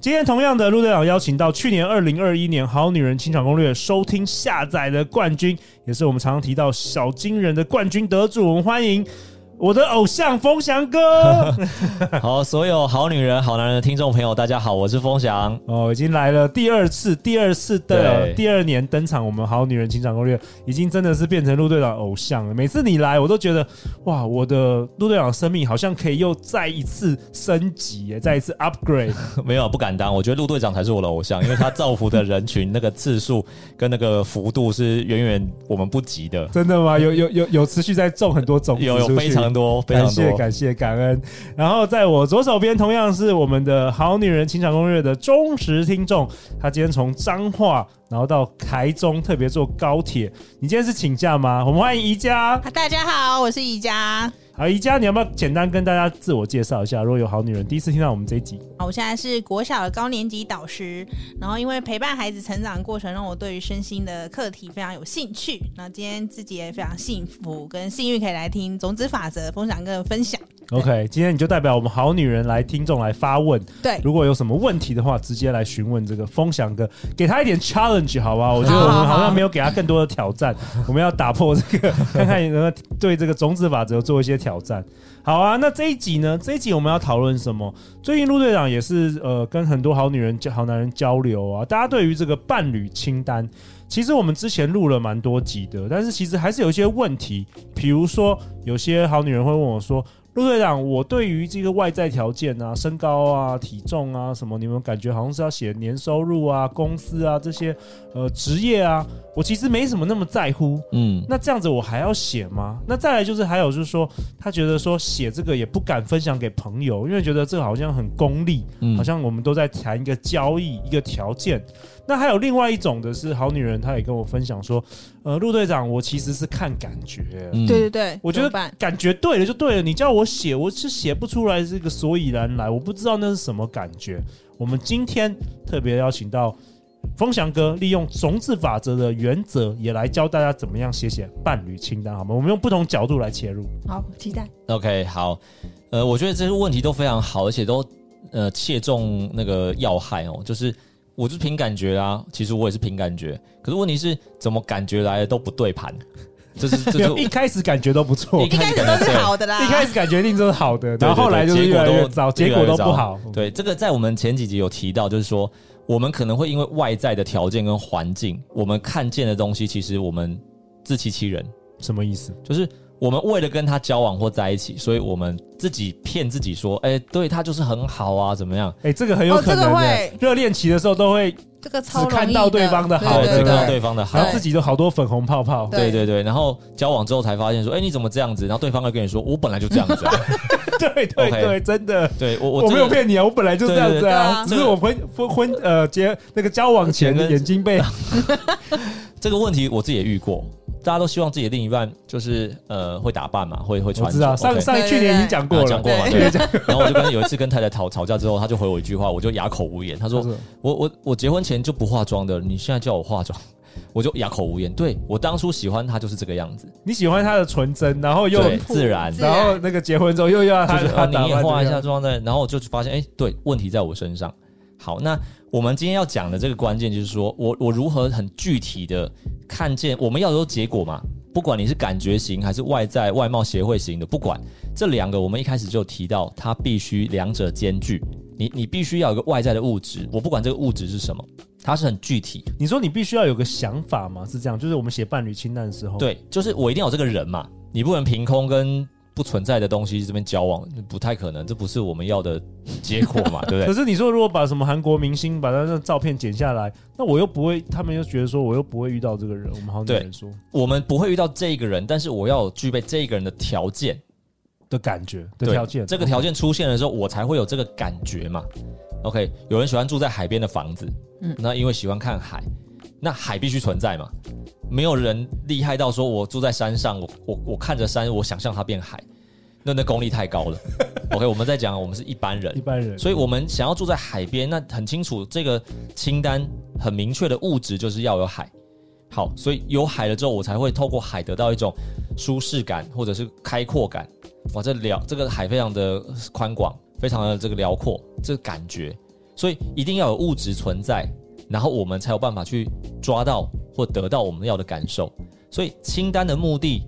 今天同样的，陆队长邀请到去年二零二一年《好女人情场攻略》收听下载的冠军，也是我们常常提到小金人的冠军得主，我们欢迎我的偶像风翔哥。好，所有好女人、好男人的听众朋友，大家好，我是风翔。 哦，已经来了第二次，第二次的对第二年登场，我们《好女人情场攻略》已经真的是变成陆队长偶像了。每次你来，我都觉得哇，我的陆队长生命好像可以又再一次升级耶，再一次 upgrade。没有不敢当，我觉得陆队长才是我的偶像，因为他造福的人群那个次数跟那个幅度是远远我们不 及的，真的吗？有有有有持续在种很多种子有有出去非常多非常感谢多。感谢感恩。然后在我左手边，同样是我们的好女人情场攻略的忠实听众，他今天从彰化然后到台中，特别坐高铁。你今天是请假吗？我们欢迎宜家。啊大家好，我是宜家。好，宜家，你要不要简单跟大家自我介绍一下？如果有好女人第一次听到我们这一 集，我现在是国小的高年级导师，然后因为陪伴孩子成长的过程，让我对于身心的课题非常有兴趣。然后今天自己也非常幸福跟幸运，可以来听种子法则分享跟分享。 OK，今天你就代表我们好女人来听众来发问，对，如果有什么问题的话，直接来询问这个风翔哥，给他一点 challenge 好不好？我觉得我们好像没有给他更多的挑 战，我们要打破这个，看看有没有对这个种子法则做一些挑战。好啊，那这一集呢？这一集我们要讨论什么？最近陆队长也是呃，跟很多好女人、好男人交流啊，大家对于这个伴侣清单。其实我们之前录了蛮多集的，但是其实还是有一些问题，比如说有些好女人会问我说：“陆队长，我对于这个外在条件啊、身高啊、体重啊什么，你们感觉好像是要写年收入啊、公司啊这些呃职业啊，我其实没什么那么在乎。嗯，那这样子我还要写吗？那再来就是还有就是说，他觉得说写这个也不敢分享给朋友，因为觉得这个好像很功利，嗯好像我们都在谈一个交易、一个条件。那还有另外一种的是好女人，她也跟我分享说，呃，陆队长，我其实是看感觉。啊嗯对对对，我觉得怎么办感觉对了就对了，你叫我写，我是写不出来这个所以然来，我不知道那是什么感觉。我们今天特别邀请到风翔哥，利用种子法则的原则，也来教大家怎么样写写伴侣清单，好吗？我们用不同角度来切入。好期待。 OK，好，呃，我觉得这些问题都非常好，而且都呃切中那个要害哦，就是我就是凭感觉啊，其实我也是凭感觉，可是问题是怎么感觉来的都不对盘，这是没这是 有一开始感觉都不错，一 一一开开始始都是好的啦，开始感觉一定都是好的，对然后后来就是对越来越都糟，结越来果越都不糟好。对，这个在我们前几集有提到，就是说我们可能会因为外在的条件跟环境，我们看见的东西，其实我们自欺欺人，什么意思？就是我们为了跟他交往或在一起，所以我们自己骗自己说，哎、对他就是很好啊，怎么样？哎、这个很有哦可这个能、欸会热恋期的时候都会，这个超容易只看到对方的好对只对这看个到对方的好然后。自己都好多粉红泡泡。对对对对，然后交往之后才发现说，哎、你怎么这样子？然后对方会跟你说，我本来就这样子、啊。 对对 OK 对，真的。对我我我这没个有骗你啊，我本来就这样子啊，对对对只是我婚婚婚呃结那个交往前前跟眼睛 被这个问题，我自己也遇过。大家都希望自己的另一半就是呃会打扮嘛，会会我穿着。知道，上 OK 上对对去年已经讲过啊了，讲过嘛，对对。然后我就跟有一次跟太太吵吵架之后，她就回我一句话，我就哑口无言。她就说是：“我我我结婚前就不化妆的，你现在叫我化妆，我就哑口无言。对我当初喜欢她就是这个样子，你喜欢他的纯真，然后又对，自然。”自然后那个结婚之后又 要他就是他啊，你打也扮化一这下样，妆的，然后我就发现，哎、对，问题在我身上。好，那我们今天要讲的这个关键就是说我我如何很具体的看见我们要有结果嘛？不管你是感觉型还是外在外貌协会型的，不管这两个，我们一开始就提到，它必须两者兼具。你你必须要有一个外在的物质，我不管这个物质是什么，它是很具体。你说你必须要有个想法嘛？是这样，就是我们写伴侣清单的时候，，对，就是我一定要有这个人嘛，你不能凭空跟不存在的东西这边交往，不太可能，这不是我们要的结果 嘛，对不对可？是你说如果把什么韩国明星把他的照片剪下来，那我又不会，他们又觉得说我又不会遇到这个人，我们好女对人说我们不会遇到这个人，但是我要有具备这个人的条件，的感觉的对条件，这个条件出现的时候，我才会有这个感觉嘛。 OK，有人喜欢住在海边的房子，嗯，那因为喜欢看海，那海必须存在嘛。没有人厉害到说我住在山上，我我我看着山，我想象它变海，那那功力太高了。OK，我们在讲我们是一般人哦一，般人所以我们想要住在海边，那很清楚这个清单很明确的物质就是要有海。好，所以有海了之后，我才会透过海得到一种舒适感或者是开阔感。哇，这辽这个海非常的宽广，非常的这个辽阔，这个感觉。所以一定要有物质存在，然后我们才有办法去抓到或得到我们要的感受。所以清单的目的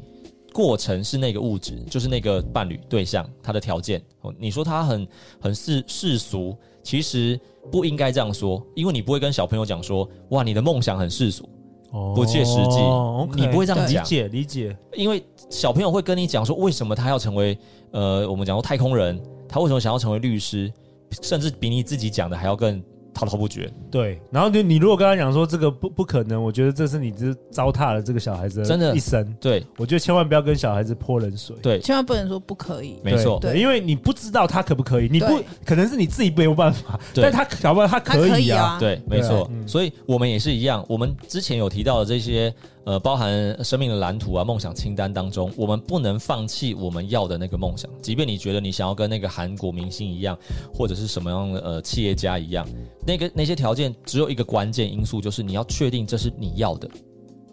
过程是那个物质，就是那个伴侣对象他的条件。哦，你说他很很世世俗，其实不应该这样说，因为你不会跟小朋友讲说，哇，你的梦想很世俗，不切实际哦，OK 你不会这样理讲解理解，因为小朋友会跟你讲说，为什么他要成为呃，我们讲说太空人，他为什么想要成为律师，甚至比你自己讲的还要更滔滔不绝。对。然后就你如果跟他讲说这个不不可能，我觉得这是你这糟蹋了这个小孩子真的一生。对我觉得千万不要跟小孩子泼冷水。对，千万不能说不可以。没错，对，对因为你不知道他可不可以，你不对可能是你自己没有办法， 对但他搞不好他他可以以啊。啊，对，没错对啊。嗯所以我们也是一样，我们之前有提到的这些呃，包含生命的蓝图啊、梦想清单当中，我们不能放弃我们要的那个梦想。即便你觉得你想要跟那个韩国明星一样，或者是什么样的呃企业家一样，那个那些条件只有一个关键因素，就是你要确定这是你要的。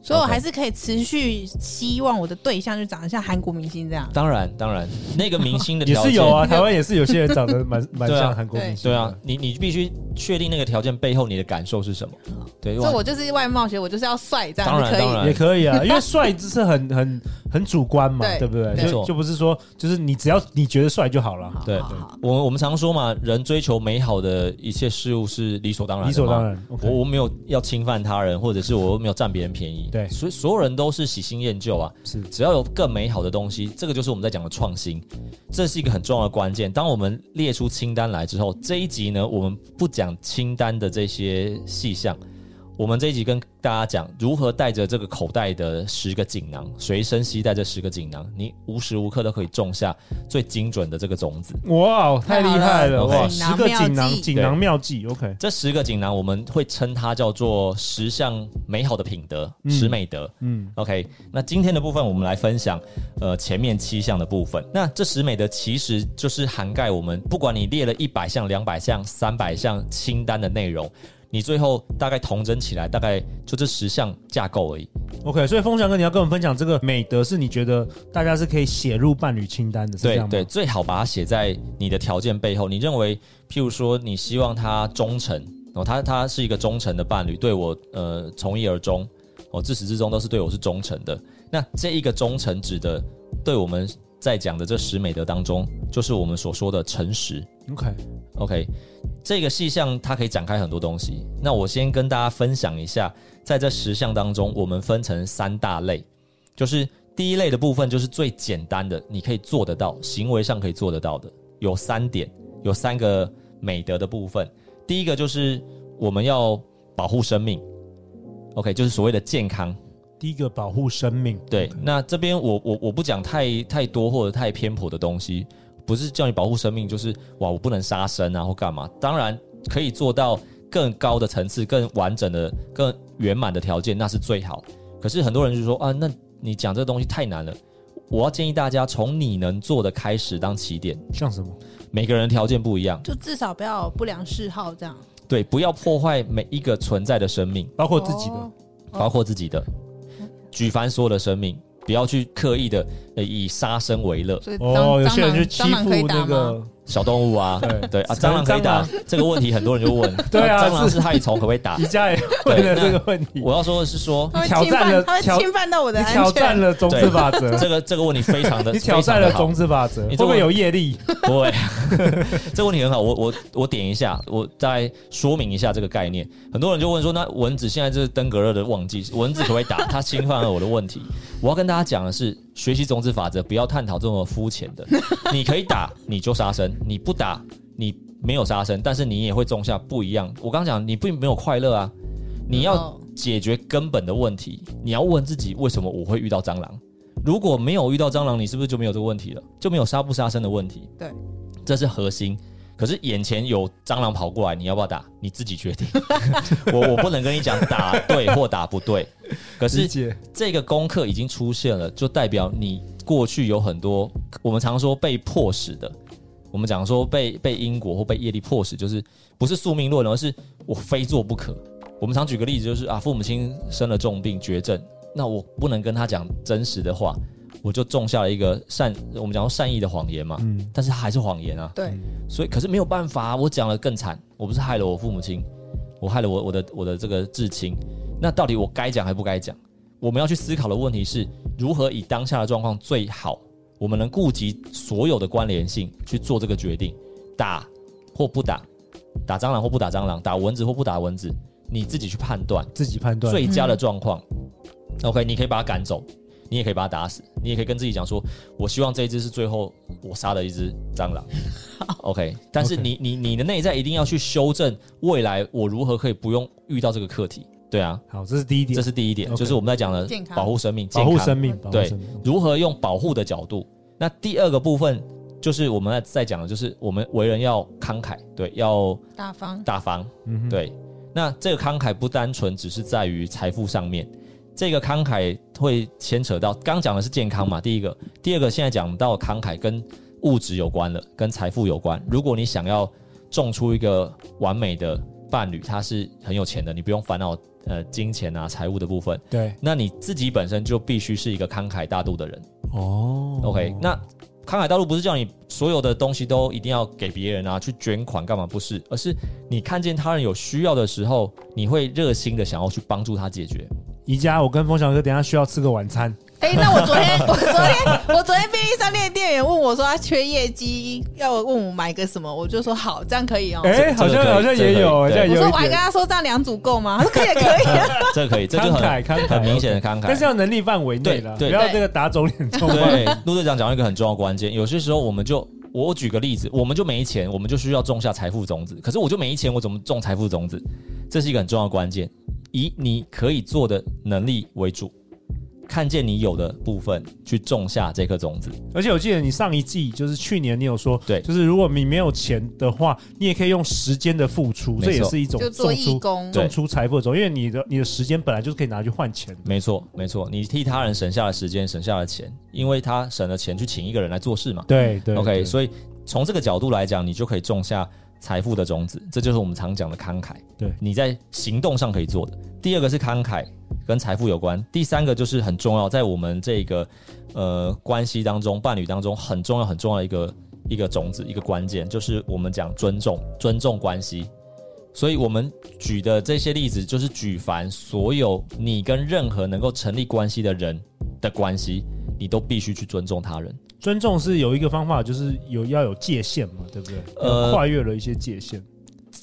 所以我 OK 还是可以持续希望我的对象就长得像韩国明星这样。当然，当然，那个明星的 也条件是有啊，台湾也是有些人长得蛮蛮 对啊像韩国明星。对啊，，你你必须确定那个条件背后你的感受是什么。对，所以哇我就是外貌学，我就是要帅这样当就然可当以。然也可以啊，因为帅只是很很很主观嘛，对对不对？没就错就不是说就是你只要你觉得帅就好了，好对好好我们我们常说嘛，人追求美好的一切事物是理所当然的嘛，理所当然。OK 我我没有要侵犯他人，或者是我又没有占别人便宜，对所以所有人都是喜新厌旧啊。是只要有更美好的东西，这个就是我们在讲的创新，这是一个很重要的关键。当我们列出清单来之后，这一集呢，我们不讲清单的这些细项，我们这一集跟大家讲如何带着这个口袋的十个锦囊，随身携带这十个锦囊，你无时无刻都可以种下最精准的这个种子。哇，哦太厉害了太好哇！了十个锦囊锦囊妙计锦囊妙计，OK，这十个锦囊，我们会称它叫做十项美好的品德，嗯十美德。嗯， OK，那今天的部分我们来分享，呃，前面七项的部分。那这十美德其实就是涵盖我们，不管你列了一百项、两百项、三百项清单的内容，你最后大概统整起来，大概就这十项架构而已。 OK，所以风翔哥，你要跟我们分享这个美德是你觉得大家是可以写入伴侣清单的，是这对样吗？对，最好把它写在你的条件背后。你认为，譬如说，你希望他忠诚，哦，他他是一个忠诚的伴侣，对我呃从一而终，哦，自始至终都是对我是忠诚的。那这一个忠诚指的，对我们在讲的这十美德当中，就是我们所说的诚实。 ，OK， OK，这个细项它可以展开很多东西。那我先跟大家分享一下，在这十项当中，我们分成三大类，就是第一类的部分就是最简单的，你可以做得到，行为上可以做得到的，有三点，有三个美德的部分。第一个就是我们要保护生命，OK，就是所谓的健康。第一个保护生命，对，那这边我我我不讲太太多或者太偏颇的东西，不是叫你保护生命，就是哇，我不能杀生啊或干嘛。当然可以做到更高的层次、更完整的、更圆满的条件，那是最好。可是很多人就说啊，那你讲这个东西太难了。我要建议大家从你能做的开始当起点，像什么？每个人条件不一样，就至少不要有不良嗜好这样，对，不要破坏每一个存在的生命。包括自己的哦。包括自己的，举凡所有的生命，不要去刻意的以杀生为乐，所以蟑哦，有些人去螂欺蟑螂负可以那打吗？ 个，小动物啊，对对啊，蟑螂可以打这个问题，很多人 就问，对啊蟑螂是是害虫可不可以打宜？家也问了这个问题，我要说的是说，它会挑侵战犯了它挑会侵犯到我的你安挑战全。了种子法则，这个这个问题非常 的，你挑战非常了地好种子法则，会你不这会么有业力？不会， 这个问题很好，我我我点一下，我再说明一下这个概念。很多人就问说，那蚊子现在就是登革热的旺季，蚊子可不可以打？它侵犯了我的问题。 我要跟大家讲的是，学习种子法则，不要探讨这么肤浅的。 你可以打，你就杀生；你不打，你没有杀生，但是你也会种下不一样。我刚讲，你并没有快乐啊，你要哦解决根本的问题，你要问自己，为什么我会遇到蟑螂？如果没有遇到蟑螂，你是不是就没有这个问题了？就没有杀不杀生的问题？对，这是核心。可是眼前有蟑螂跑过来，你要不要打？你自己决 定。我我不能跟你讲打对或打不对。可理是解这个功课已经出现了，就代表你过去有很多我们常说被迫使的，我们讲说被被因果或被业力迫使，就是不是宿命论，而是我非做不可。我们常举个例子，就是啊，父母亲生了重病绝症，那我不能跟他讲真实的话，我就种下了一个善，我们讲说善意的谎言嘛，嗯但是还是谎言啊。对，所以可是没有办法啊，我讲了更惨，我不是害了我父母亲，我害了我我的我的这个至亲，那到底我该讲还不该讲？我们要去思考的问题是如何以当下的状况最好，我们能顾及所有的关联性去做这个决定，打或不打，打蟑螂或不打蟑螂，打蚊子或不打蚊子，你自己去判断自己判断。最佳的状况。OK，你可以把它赶走，你也可以把它打死，你也可以跟自己讲说，我希望这一只是最后我杀的一只蟑 螂。OK，但是 OK 你你你的内在一定要去修正未来我如何可以不用遇到这个课题。对啊，好，这是第一点这，是第一点 OK 就是我们在讲的健康保护生命、保护健康生命，保护对生命如何用保护的角度。那第二个部分就是我们在在讲的，就是我们为人要慷慨，对，要大方，大方，嗯哼对，那这个慷慨不单纯只是在于财富上面，这个慷慨会牵扯到刚讲的是健康嘛，第一个，第二个现在讲到慷慨跟物质有关了，跟财富有关。如果你想要种出一个完美的伴侣，他是很有钱的，你不用烦恼呃金钱啊财务的部分，对那你自己本身就必须是一个慷慨大度的人。哦 OK，那慷慨大陆不是叫你所有的东西都一定要给别人啊，去捐款干嘛？不是，而是你看见他人有需要的时候，你会热心的想要去帮助他 解决。宜家，我跟风翔哥等一下需要吃个晚餐，哎、那我昨天，我昨天，我昨天便利商店店员问我说他缺业绩，要我问我买个什么，我就说好，这样可以哦、哎，这好个像可以好像也有，好这像个可以我有说一我还跟点他说这样两组够吗？他说可以 啊，可以啊。这可以，这就慷很慨慷慨，很明显的慷但是要慨。能力范围内了，不对对要这个打肿脸充胖对，陆队长讲到一个很重要的关键，有些时候我们就。我举个例子，我们就没钱，我们就需要种下财富种子。可是我就没钱，我怎么种财富种子？这是一个很重要的关键，以你可以做的能力为主，看见你有的部分去种下这颗种子。而且我记得你上一季就是去年，你有说，对就是如果你没有钱的话，你也可以用时间的付出，没错这也是一种就做送义出工，对送出财富的种，因为你的你的时间本来就是可以拿去换钱的。没错，没错，你替他人省下了时间，省下了钱，因为他省了钱去请一个人来做事嘛。对对 OK，对所以从这个角度来讲，你就可以种下财富的种子，这就是我们常讲的慷慨。对你在行动上可以做的。第二个是慷慨，跟财富有关；第三个就是很重要，在我们这个呃关系当中、伴侣当中很重要、很重要的一个一个种子、一个关键，就是我们讲尊重、尊重关系。所以我们举的这些例子，就是举凡所有你跟任何能够成立关系的人的关系，你都必须去尊重他人。尊重是有一个方法，就是有要有界限嘛，对不对？呃要跨越了一些界限，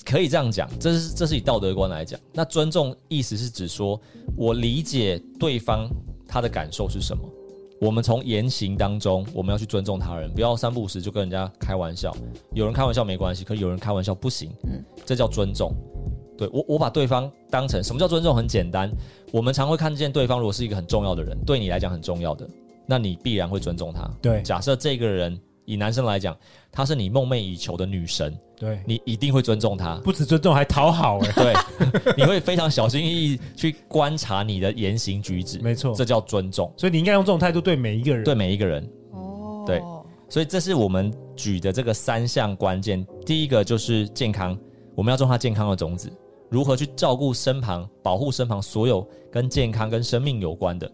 可以这样讲，这是这是以道德观来讲。那尊重意思是指说我理解对方他的感受是什么。我们从言行当中，我们要去尊重他人，不要三不五时就跟人家开玩笑。有人开玩笑没关系，可有人开玩笑不行，嗯这叫尊重。对我，我把对方当成什么叫尊重？很简单，我们常会看见对方如果是一个很重要的人，对你来讲很重要的，那你必然会尊重他。对假设这个人以男生来讲，她是你梦寐以求的女神，对，你一定会尊重她。不止尊重还讨好，哎， 对，你会非常小心翼翼去观察你的言行举 止，没错这叫尊重，所以你应该用这种态度对每一个人。对每一个人。哦对所以这是我们举的这个三项关键。第一个就是健康，我们要种下健康的种子，如何去照顾身旁、保护身旁所有跟健康、跟生命有关的。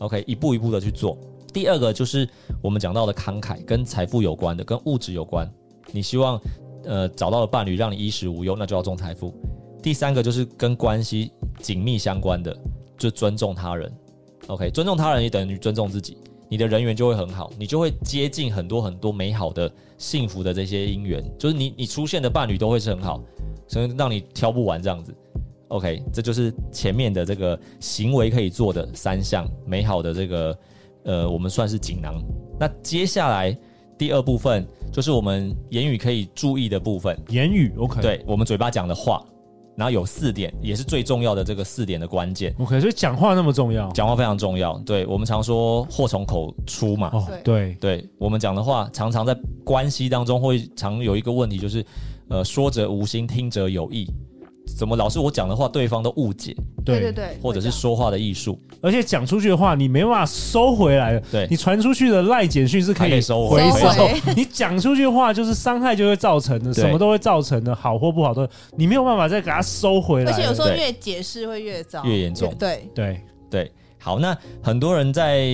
OK，一步一步的去做。第二个就是我们讲到的慷慨，跟财富有关的，跟物质有关。你希望呃找到的伴侣让你衣食无忧，那就要种财富。第三个就是跟关系紧密相关的，就尊重他人。OK，尊重他人也等于尊重自己。你的人缘就会很好，你就会接近很多很多美好的、幸福的这些姻缘，就是你你出现的伴侣都会是很好，所以让你挑不完这样子。OK，这就是前面的这个行为可以做的三项美好的这个呃，我们算是锦囊。那接下来第二部分就是我们言语可以注意的部分，言语 OK，，对我们嘴巴讲的话，然后有四点，也是最重要的这个四点的关键。 OK，所以讲话那么重要讲话非常重要，对我们常说祸从口出嘛。哦，对，对我们讲的话，常常在关系当中会常有一个问题，就是呃，说者无心，听者有意。怎么老是我讲的话，对方都误解，对对对，或者是会这样说话的艺术，而且讲出去的话，你没办法收回来的。对你传出去的赖简讯是可还可以以收回回收收 回，你讲出去的话就是伤害就会造成的，对什么都会造成的，好或不好都，你没有办法再给它收回来而了。且有时候对越解释会越糟，越严重对，对，对，好，那很多人在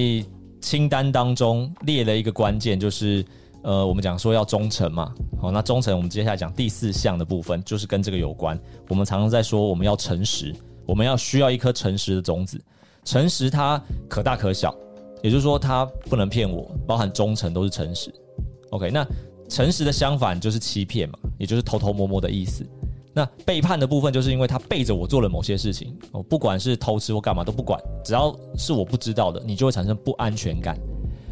清单当中列了一个关键，就是呃，我们讲说要忠诚嘛。好，那忠诚，我们接下来讲第四项的部分，就是跟这个有关。我们常常在说，我们要诚实，我们要需要一颗诚实的种子。诚实它可大可小，也就是说它不能骗我，包含忠诚都是诚实。OK，那诚实的相反就是欺骗嘛，也就是偷偷摸摸的意思。那背叛的部分，就是因为他背着我做了某些事情，哦，不管是偷吃或干嘛都不管，只要是我不知道的，你就会产生不安全感。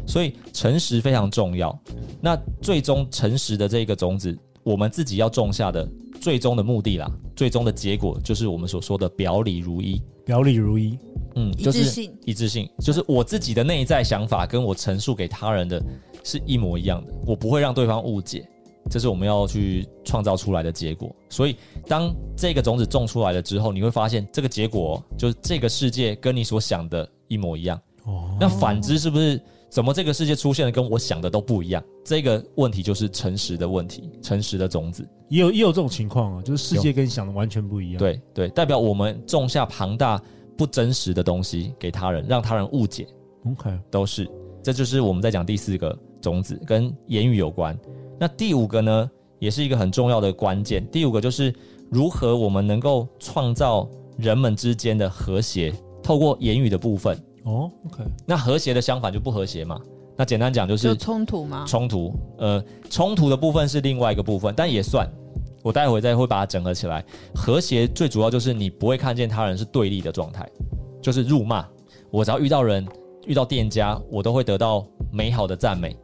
所以诚实非常重要。那最终诚实的这个种子，我们自己要种下的最终的目的啦，最终的结果就是我们所说的表里如一。表里如一。嗯，一就致是性一致性，就是我自己的内在想法跟我陈述给他人的是一模一样的，我不会让对方误解，这是我们要去创造出来的结果。所以，当这个种子种出来了之后，你会发现这个结果就是这个世界跟你所想的一模一样。哦，那反之，是不是怎么这个世界出现的跟我想的都不一样？这个问题就是诚实的问题，诚实的种子。也有也有这种情况啊，就是世界跟你想的完全不一样。，对对，代表我们种下庞大不真实的东西给他人，让他人误解。 OK，都是。这就是我们在讲第四个种子跟言语有关。那第五个呢，也是一个很重要的关键。第五个就是如何我们能够创造人们之间的和谐，透过言语的部分。哦，OK，那和谐的相反就不和谐嘛。那简单讲就是就冲突嘛，冲突，呃，冲突的部分是另外一个部分，但也算。我待会再会把它整合起来。和谐最主要就是你不会看见他人是对立的状态，就是辱骂。我只要遇到人、遇到店家，我都会得到美好的赞美。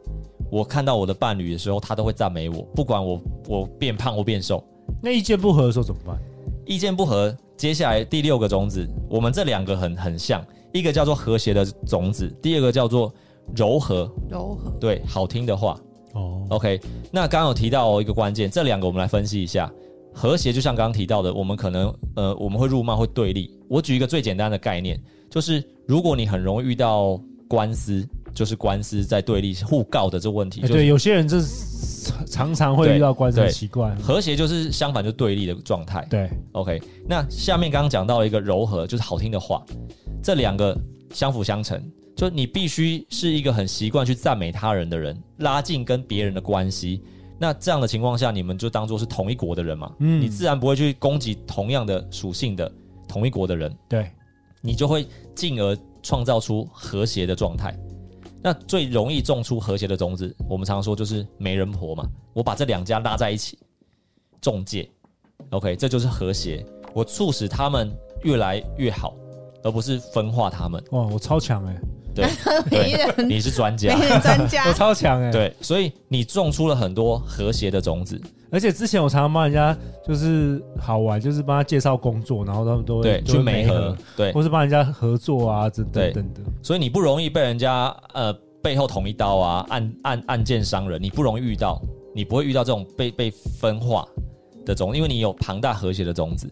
我看到我的伴侣的时候，他都会赞美我，不管我我变胖或变瘦。那意见不合的时候怎么办？意见不合，接下来第六个种子，我们这两个很很像，一个叫做和谐的种子，第二个叫做柔和。柔和，对，好听的话，哦， OK，那刚刚有提到、哦、一个关键，这两个我们来分析一下。和谐就像刚刚提到的，我们可能呃我们会辱骂，会对立。我举一个最简单的概念，就是如果你很容易遇到官司，就是官司在对立互告的这问题，哎就对，是有些人这是常常会遇到官司，对很奇怪。和谐就是相反就对立的状态。对， OK，那下面刚刚讲到一个柔和，就是好听的话，这两个相辅相成，就你必须是一个很习惯去赞美他人的人，拉近跟别人的关系。那这样的情况下，你们就当做是同一国的人嘛，嗯你自然不会去攻击同样的属性的同一国的人，对，你就会进而创造出和谐的状态。那最容易种出和谐的种子，我们常说就是媒人婆嘛。我把这两家拉在一起，中介，OK，这就是和谐。我促使他们越来越好，而不是分化他们。哇，我超强哎、 对，没对，人你是专家啊没，人专家 我，超强哎、对，所以你种出了很多和谐的种子。而且之前我常常帮人家就是好玩，就是帮他介绍工作，然后他们都会对，就去会媒合，对，或是帮人家合作啊，等等对等的。所以你不容易被人家呃背后捅一刀啊，暗暗暗箭伤人，你不容易遇到，你不会遇到这种被被分化的种，因为你有庞大和谐的种子。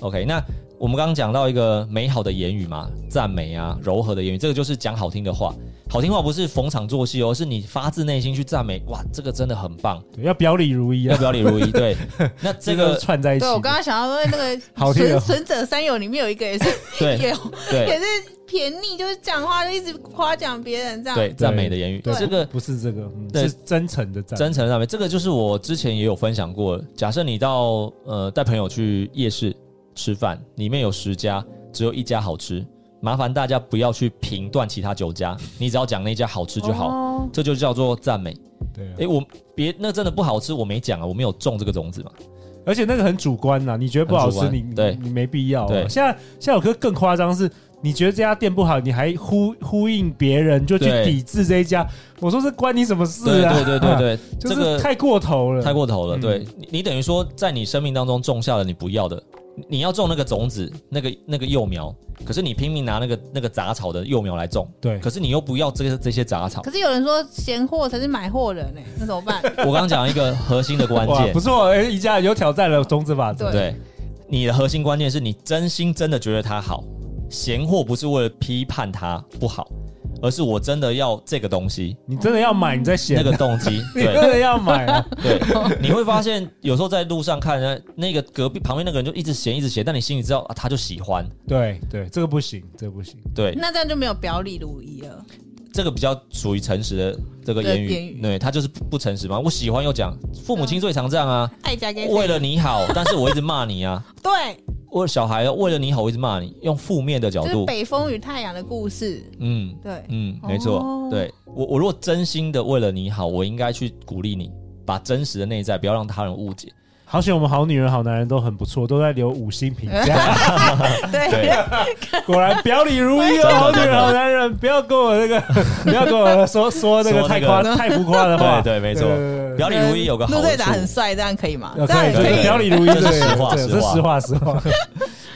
OK，那我们刚刚讲到一个美好的言语嘛，赞美啊，柔和的言语，这个就是讲好听的话。好听话不是逢场作戏哦，是你发自内心去赞美，哇，这个真的很棒，对，要表里如一要啊，表里如一。对，那 这就是个串在一起对的。我刚刚想到说那个 好听损哦损者三友里面有一个也是也对有对也是便宜，就是讲话就一直夸奖别人这样，对赞美的言语，对这个不是这个，嗯对是真诚的赞。真诚上面，这个就是我之前也有分享过的。假设你到呃带朋友去夜市吃饭，里面有十家，只有一家好吃，麻烦大家不要去评断其他九家，你只要讲那家好吃就好，哦这就叫做赞美。对啊诶，我别那真的不好吃，我没讲啊，我没有种这个种子嘛。而且那个很主观呐，你觉得不好吃，很主你观你对你没必要啊。对现在现在有个更夸张是，你觉得这家店不好，你还呼呼应别人就去对抵制这一家，我说这关你什么事对啊？对对对对， 就是这个太过头了，太过头了。嗯对你，你等于说在你生命当中种下了你不要的，你要种那个种子，那个那个幼苗，可是你拼命拿那个那个杂草的幼苗来种，对可是你又不要这些这些杂草可。是有人说闲货才是买货人呢、欸那怎 么办？我刚刚讲一个核心的关 哇，键不，错，哎，宜家有挑战了种子法则，对对，你的核心关键是你真心真的觉得它好，闲货不是为了批判它不好，而是我真的要这个东西，你真的要买，你再写那个动 机，你对真。的要买啊，对，你会发现有时候在路上看人，那个隔壁旁边那个人就一直闲一直闲，但你心里知道啊，他就喜欢。对对，这个不行，这个不行，对，那这样就没有表里如一了。这个比较属于诚实的这个言对言语，语嗯对他就是不不诚实嘛。我喜欢又讲，父母亲最常这样啊，爱家给谁为了你好，但是我一直骂你啊，对，我小孩为了你好，我一直骂你，用负面的角就是度，北风与太阳的故事。嗯对，嗯，没错，哦对我我如果真心的为了你好，我应该去鼓励你，把真实的内在，不要让他人误 解。好险，我们好女人、好男人都很不错，都在留五星评价。对，嗯对，果然表里如一哦，好女人、好男人，不要跟我那个，不要跟我说说那个说太那个夸、太浮夸的话。对对没错对表里如一有个好陆队长处，很帅，这样可以吗？呃这可样以，这也可是以。表里如一，这是对实话对这实话是实话，实话。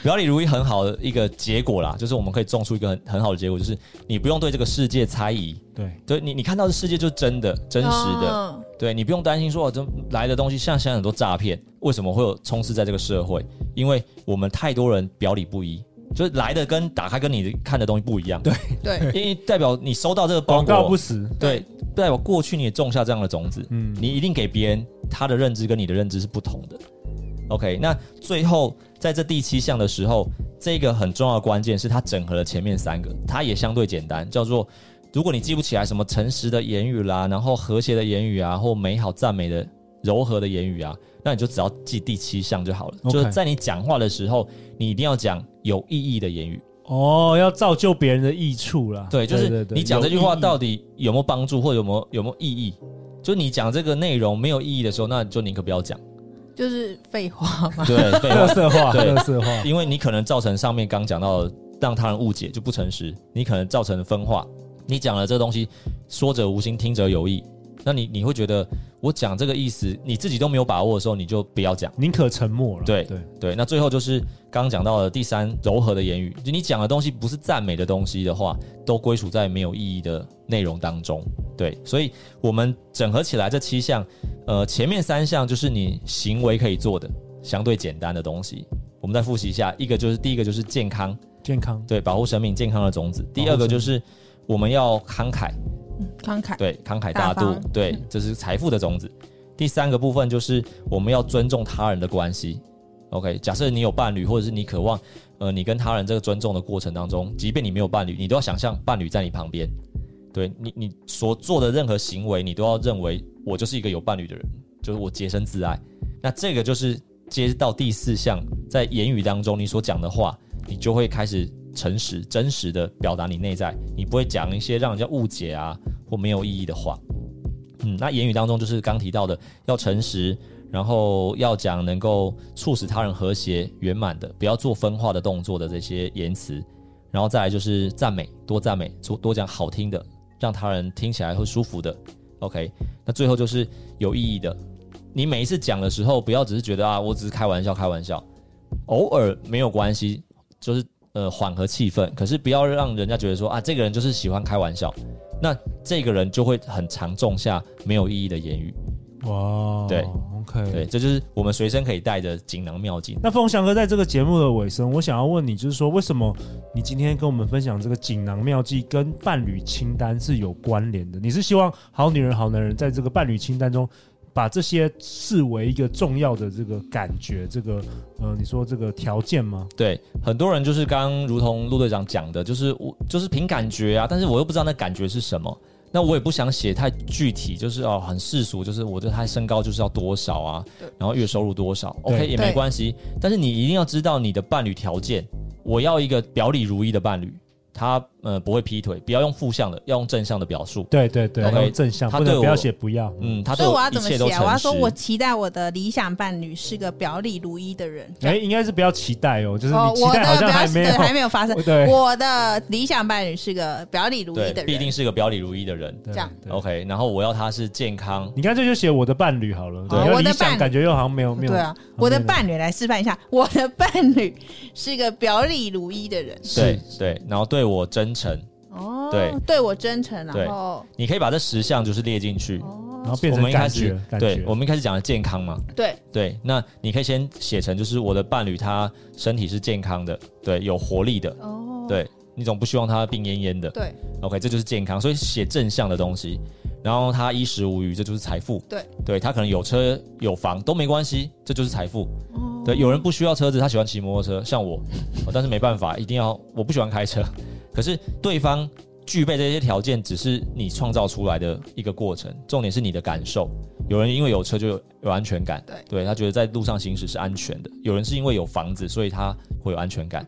表里如一很好的一个结果啦，就是我们可以种出一个很很好的结果，就是你不用对这个世界猜疑，对， 对你你看到的世界就是真的真实的。嗯对你不用担心说，哦这来的东西像现在很多诈骗，为什么会有充斥在这个社会？因为我们太多人表里不一，就是来的跟打开跟你看的东西不一样。对，对，因为代表你收到这个包广告不裹，实。对，代表过去你也种下这样的种子，嗯你一定给别人他的认知跟你的认知是不同的。OK，那最后在这第七项的时候，这个很重要的关键是它整合了前面三个，它也相对简单，叫做如果你记不起来什么诚实的言语啦，然后和谐的言语啊，或美好赞美的柔和的言语啊，那你就只要记第七项就好了。 OK 就是在你讲话的时候，你一定要讲有意义的言语。哦，要造就别人的益处啦。对，就是你讲这句话到底底有没有帮助，或者有没有有没有意义？就是你讲这个内容没有意义的时候，那你就宁可不要讲。就是废话嘛。对，废特话，色化，对特色化。因为你可能造成上面刚讲到的让他人误解就不诚实，你可能造成分化。你讲了这个东西，说者无心，听者有意。那你你会觉得我讲这个意思，你自己都没有把握的时候，你就不要讲。宁可沉默了。对对，对，那最后就是刚刚讲到的第三，柔和的言语，就你讲的东西不是赞美的东西的话，都归属在没有意义的内容当中。对，所以我们整合起来这七项，呃，前面三项就是你行为可以做的相对简单的东西。我们再复习一下，一个就是第一个就是健康，健康。对，保护生命健康的种子；第保护二个生就是我们要慷慨，慷慨，对，慷慨大大度方，嗯对，这是财富的种子。第三个部分就是我们要尊重他人的关系。OK，假设你有伴侣，或者是你渴望，呃，你跟他人这个尊重的过程当中，即便你没有伴侣，你都要想象伴侣在你旁边。对你，你所做的任何行为，你都要认为我就是一个有伴侣的人，就是我洁身自爱。那这个就是接到第四项，在言语当中你所讲的话，你就会开始诚实、真实的表达你内在，你不会讲一些让人家误解啊或没有意义的话。嗯，那言语当中就是刚提到的，要诚实，然后要讲能够促使他人和谐圆满的，不要做分化的动作的这些言辞，然后再来就是赞美，多赞美，多多讲好听的，让他人听起来会舒服的。OK，那最后就是有意义的，你每一次讲的时候，不要只是觉得啊，我只是开玩笑，开玩笑，偶尔没有关系，就是呃缓和气氛，可是不要让人家觉得说啊，这个人就是喜欢开玩笑，那这个人就会很常种下没有意义的言语。哇，对，OK，对，这就是我们随身可以带的锦囊妙计。那凤翔哥在这个节目的尾声，我想要问你，就是说，为什么你今天跟我们分享这个锦囊妙计跟伴侣清单是有关联的？你是希望好女人、好男人在这个伴侣清单中，把这些视为一个重要的这个感觉，这个呃，你说这个条件吗？对，很多人就是刚刚如同陆队长讲的，就是我就是凭感觉啊，但是我又不知道那感觉是什么。那我也不想写太具体，就是哦很世俗，就是我对他的身高就是要多少啊对，然后月收入多少对，OK 也没关系。但是你一定要知道你的伴侣条件，我要一个表里如一的伴侣，他呃不会劈腿，不要用负向的，要用正向的表述。对对对， OK，要正向，他不对能我不要写不要。嗯，他所对以我要一怎么切写都啊？诚实。我要说我期待我的理想伴侣是个表里如一的人。哎，应该是不要期待哦，就是哦你，期我待好的像表还没对有。还没有发生。 对我的理想伴侣是个表里如一的对，人，必定是个表里如一的人。对这样对 OK，然后我要他是健康，你干脆就写我的伴侣好了。哦你要我的理想伴感觉又好像没有没有。对啊，我的伴侣来示范一下， 我的伴侣是个表里如一的人。对对，然后对我真诚。哦，对对我真诚，啊哦对然后你可以把这十项就是列进去。然后哦，变我成们一开感始觉，感对觉，我们一开始讲的健康嘛，对，对，那你可以先写成就是我的伴侣他身体是健康的，对，有活力的，哦，对，你总不希望他病恹恹的对， ，OK，这就是健康，所以写正向的东西。然后他衣食无余，这就是财富。对，对他可能有车有房都没关系，这就是财富。哦对，有人不需要车子，他喜欢骑摩托车，像我，哦但是没办法，一定要我不喜欢开车。 可是对方具备这些条件，只是你创造出来的一个过程，重点是你的感受。有人因为有车就有有安全感，对他觉得在路上行驶是安全的；有人是因为有房子，所以他会有安全感。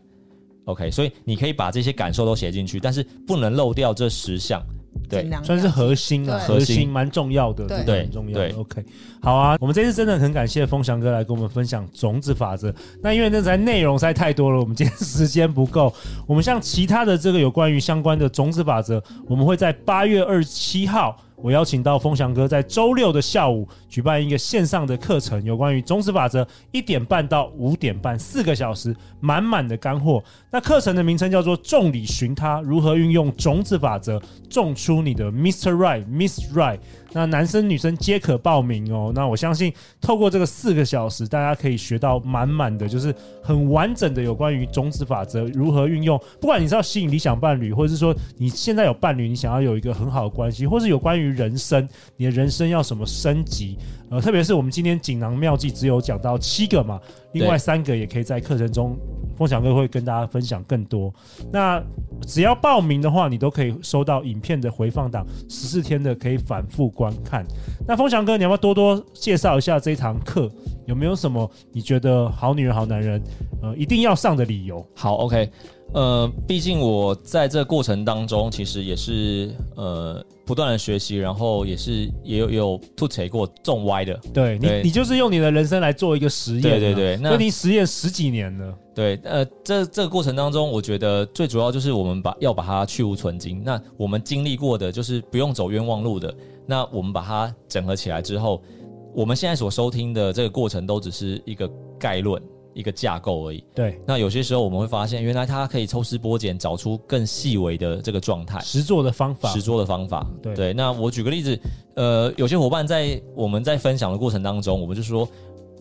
OK，所以你可以把这些感受都写进去，但是不能漏掉这十项。对尽量算是核心啊，对核核心心蛮重要的，对这个很重要的对。 OK，好啊，我们这次真的很感谢风翔哥来跟我们分享种子法则。那因为那实在内容实在太多了，我们今天时间不够。我们像其他的这个有关于相关的种子法则，我们会在八月二十七号。我邀请到风翔哥在周六的下午举办一个线上的课程，有关于种子法则，一点半到五点半，四个小时，满满的干货。那课程的名称叫做“众里寻他”，如何运用种子法则种出你的 Mr. Right、Miss Right。那男生女生皆可报名哦。那我相信透过这个四个小时，大家可以学到满满的，就是很完整的有关于种子法则如何运用。不管你是要吸引理想伴侣，或者是说你现在有伴侣，你想要有一个很好的关系，或是有关于人生，你的人生要什么升级？呃，特别是我们今天锦囊妙计只有讲到七个嘛，另外对三个也可以在课程中，风翔哥会跟大家分享更多。那只要报名的话，你都可以收到影片的回放档，十四天的可以反复观看。那风翔哥，你要不要多多介绍一下这一堂课？有没有什么你觉得好女人、好男人，呃，一定要上的理由？好，OK，呃，毕竟我在这过程当中，其实也是呃不断的学习，然后也是也有也有吐槽过重歪的，对你，对你就是用你的人生来做一个实验、对对对那那你实验十几年了，对，呃，这这个过程当中，我觉得最主要就是我们把要把它去无存菁。那我们经历过的，就是不用走冤枉路的，那我们把它整合起来之后，我们现在所收听的这个过程，都只是一个概论、一个架构而已。对，那有些时候我们会发现，原来它可以抽丝剥茧，找出更细微的这个状态。实做的方法实，做的方法。对那我举个例子，呃，有些伙伴在我们在分享的过程当中，我们就说，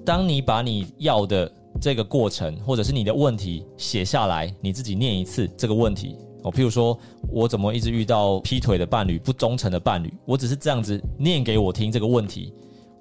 当你把你要的这个过程，或者是你的问题写下来，你自己念一次这个问题。哦，譬如说，我怎么一直遇到劈腿的伴侣、不忠诚的伴侣？我只是这样子念给我听这个问题，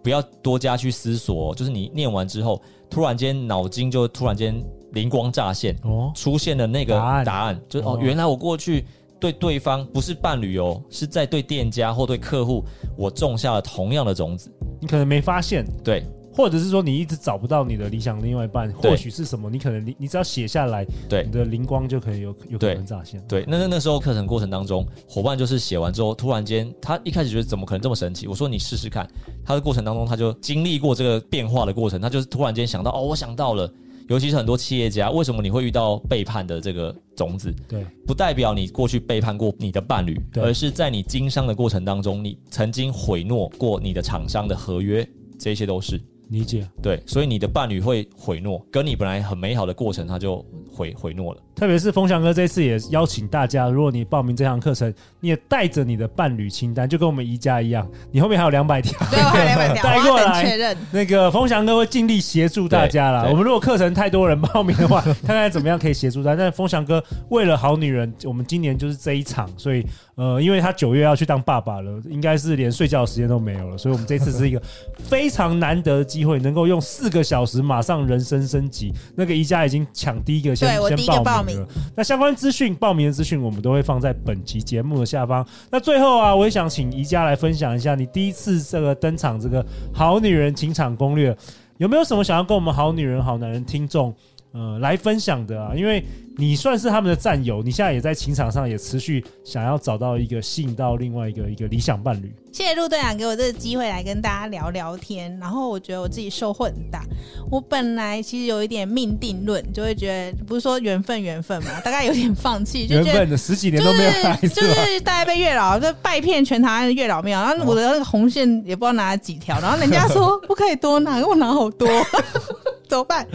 不要多加去思索哦、就是你念完之后，突然间脑筋就突然间灵光乍现，哦，出现的那个答案答案，就是哦哦，原来我过去对对方不是伴侣哦，是在对店家或对客户，我种下了同样的种子。你可能没发现，对或者是说你一直找不到你的理想另外一半，对或许是什么？你可能你你只要写下来，对你的灵光就可以有有可对能乍现。对，那那那时候课程过程当中，伙伴就是写完之后，突然间他一开始觉得怎么可能这么神奇？我说你试试看。他的过程当中，他就经历过这个变化的过程，他就是突然间想到哦，我想到了。尤其是很多企业家，为什么你会遇到背叛的这个种子？对不代表你过去背叛过你的伴侣，对而是在你经商的过程当中，你曾经毁诺过你的厂商的合约，这些都是理解。对，所以你的伴侣会毁诺，跟你本来很美好的过程，他就毁毁诺了。特别是风翔哥这次也邀请大家，如果你报名这堂课程，你也带着你的伴侣清单，就跟我们宜家一样，你后面还有两百条。对，我还来问带我过要等来确认。那个风翔哥会尽力协助大家啦。对对我们如果课程太多人报名的话，看看怎么样可以协助大家。但风翔哥为了好女人，我们今年就是这一场，所以呃，因为他九月要去当爸爸了，应该是连睡觉的时间都没有了，所以我们这次是一个非常难得的机会，能够用四个小时马上人生升级。那个宜家已经抢第一个先对我第先一个报报名名了。那相关资讯、报名的资讯，我们都会放在本集节目的下方。那最后啊，我也想请宜家来分享一下你第一次这个登场这个《好女人情场攻略》，有没有什么想要跟我们好女人、好男人听众呃来分享的啊？因为你算是他们的战友，你现在也在情场上也持续呃想要找到一个吸引到另外一个一个理想伴侣。谢谢陆队长给我这个机会来跟大家聊聊天，然后我觉得我自己收获很大。我本来其实有一点命定论，就会觉得不是说缘分缘分嘛，大概有点放弃，就原觉得本的十几就年都没有来是是就吧？哦是大家被月老就拜遍全台湾的月老庙，然后我的那个红线也不知道拿了几条，然后 人家说不可以多拿，我拿好多， 怎么办？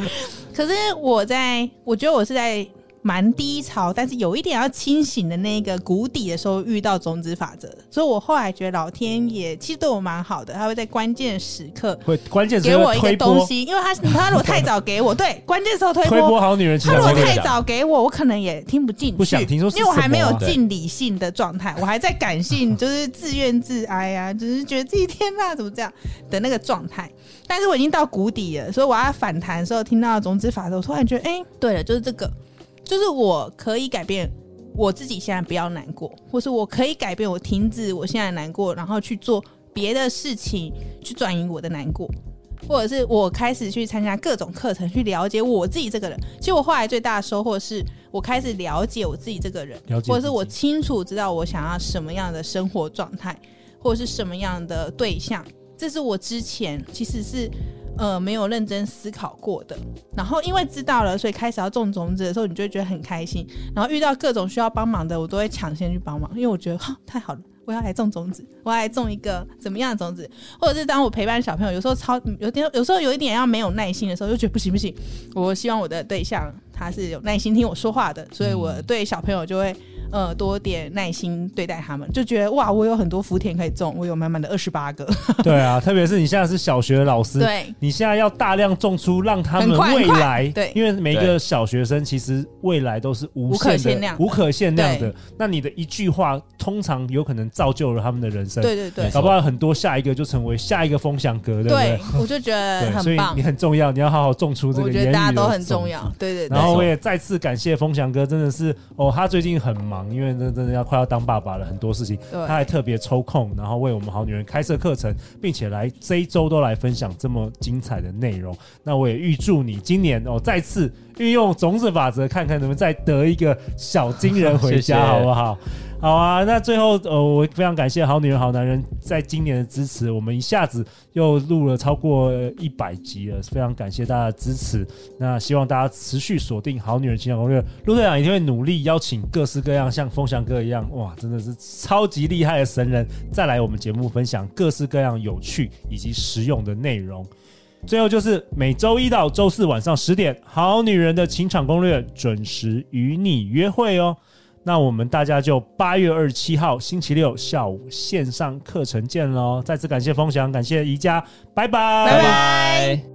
可是我在，我觉得我是在蛮低潮，但是有一点要清醒的那个谷底的时候遇到种子法则，所以我后来觉得老天爷其实对我蛮好的，他会在关键时刻会关键时给候我一推个东波， 西，因为他他如果太早给我，对关键时候推推波好女人情他如场果攻略太早给我，我可能也听不进去，不想听说是因为我还没有什么啊进理性的状态，我还在感性，就是自怨自哀啊， 就是觉得自己天呐、怎么这样的那个状态。但是我已经到谷底了，所以我要反弹的时候，听到种子法则，我突然觉得，哎、对了，就是这个，就是我可以改变我自己，现在不要难过，或是我可以改变我停止我现在的难过，然后去做别的事情去转移我的难过。或者是我开始去参加各种课程，去了解我自己这个人。其实我后来最大的收获是我开始了解我自己这个人了解自，己或者是我清楚知道我想要什么样的生活状态，或者是什么样的对象。这是我之前其实是呃没有认真思考过的。然后因为知道了，所以开始要种种子的时候，你就会觉得很开心。然后遇到各种需要帮忙的，我都会抢先去帮忙，因为我觉得哈太好了。我要来种种子，我要来种一个怎么样的种子，或者是当我陪伴小朋友，有时候超有点，有时候有一点要没有耐心的时候，就觉得不行不行，我希望我的对象他是有耐心听我说话的，所以我对小朋友就会呃多点耐心对待他们，就觉得哇，我有很多福田可以种，我有满满的二十八个，对啊，特别是你现在是小学的 老师，对，你现在要大量种出，让他很们快很未快来，对因为每一个小学生其实未来都是无无可限限的量、的无可限量对的。那你的一句话，通常有可能造就了他们的人生，对对对没错搞不好很多下一个就成为下一个风向格，对不对对？，我就觉得对，所很以棒你，很重要，你要好好种出这个我言觉语得的大家都很种重子要，对对对，然后我也再次感谢风翔哥，真的是哦，他最近很忙，因为真真的要快要当爸爸了，很多事情，对他还特别抽空，然后为我们好女人开设课程，并且来这一周都来分享这么精彩的内容。那我也预祝你今年哦，再次运用种子法则，看看能不能再得一个小金人回谢谢家，好不好？好啊，那最后呃，我非常感谢好女人、好男人在今年的支持，我们一下子又录了超过呃一百集了，非常感谢大家的支持。那希望大家持续锁定《好女人情感攻略》，陆队长一定会努力邀请各式各样像风翔哥一样，哇，真的是超级厉害的神人，再来我们节目分享各式各样有趣以及实用的内容。最后就是每周一到周四晚上十点，《好女人的情场攻略》准时与你约会哦。那我们大家就八月二十七号星期六下午线上课程见喽！再次感谢风翔，感谢宜家，拜拜拜拜。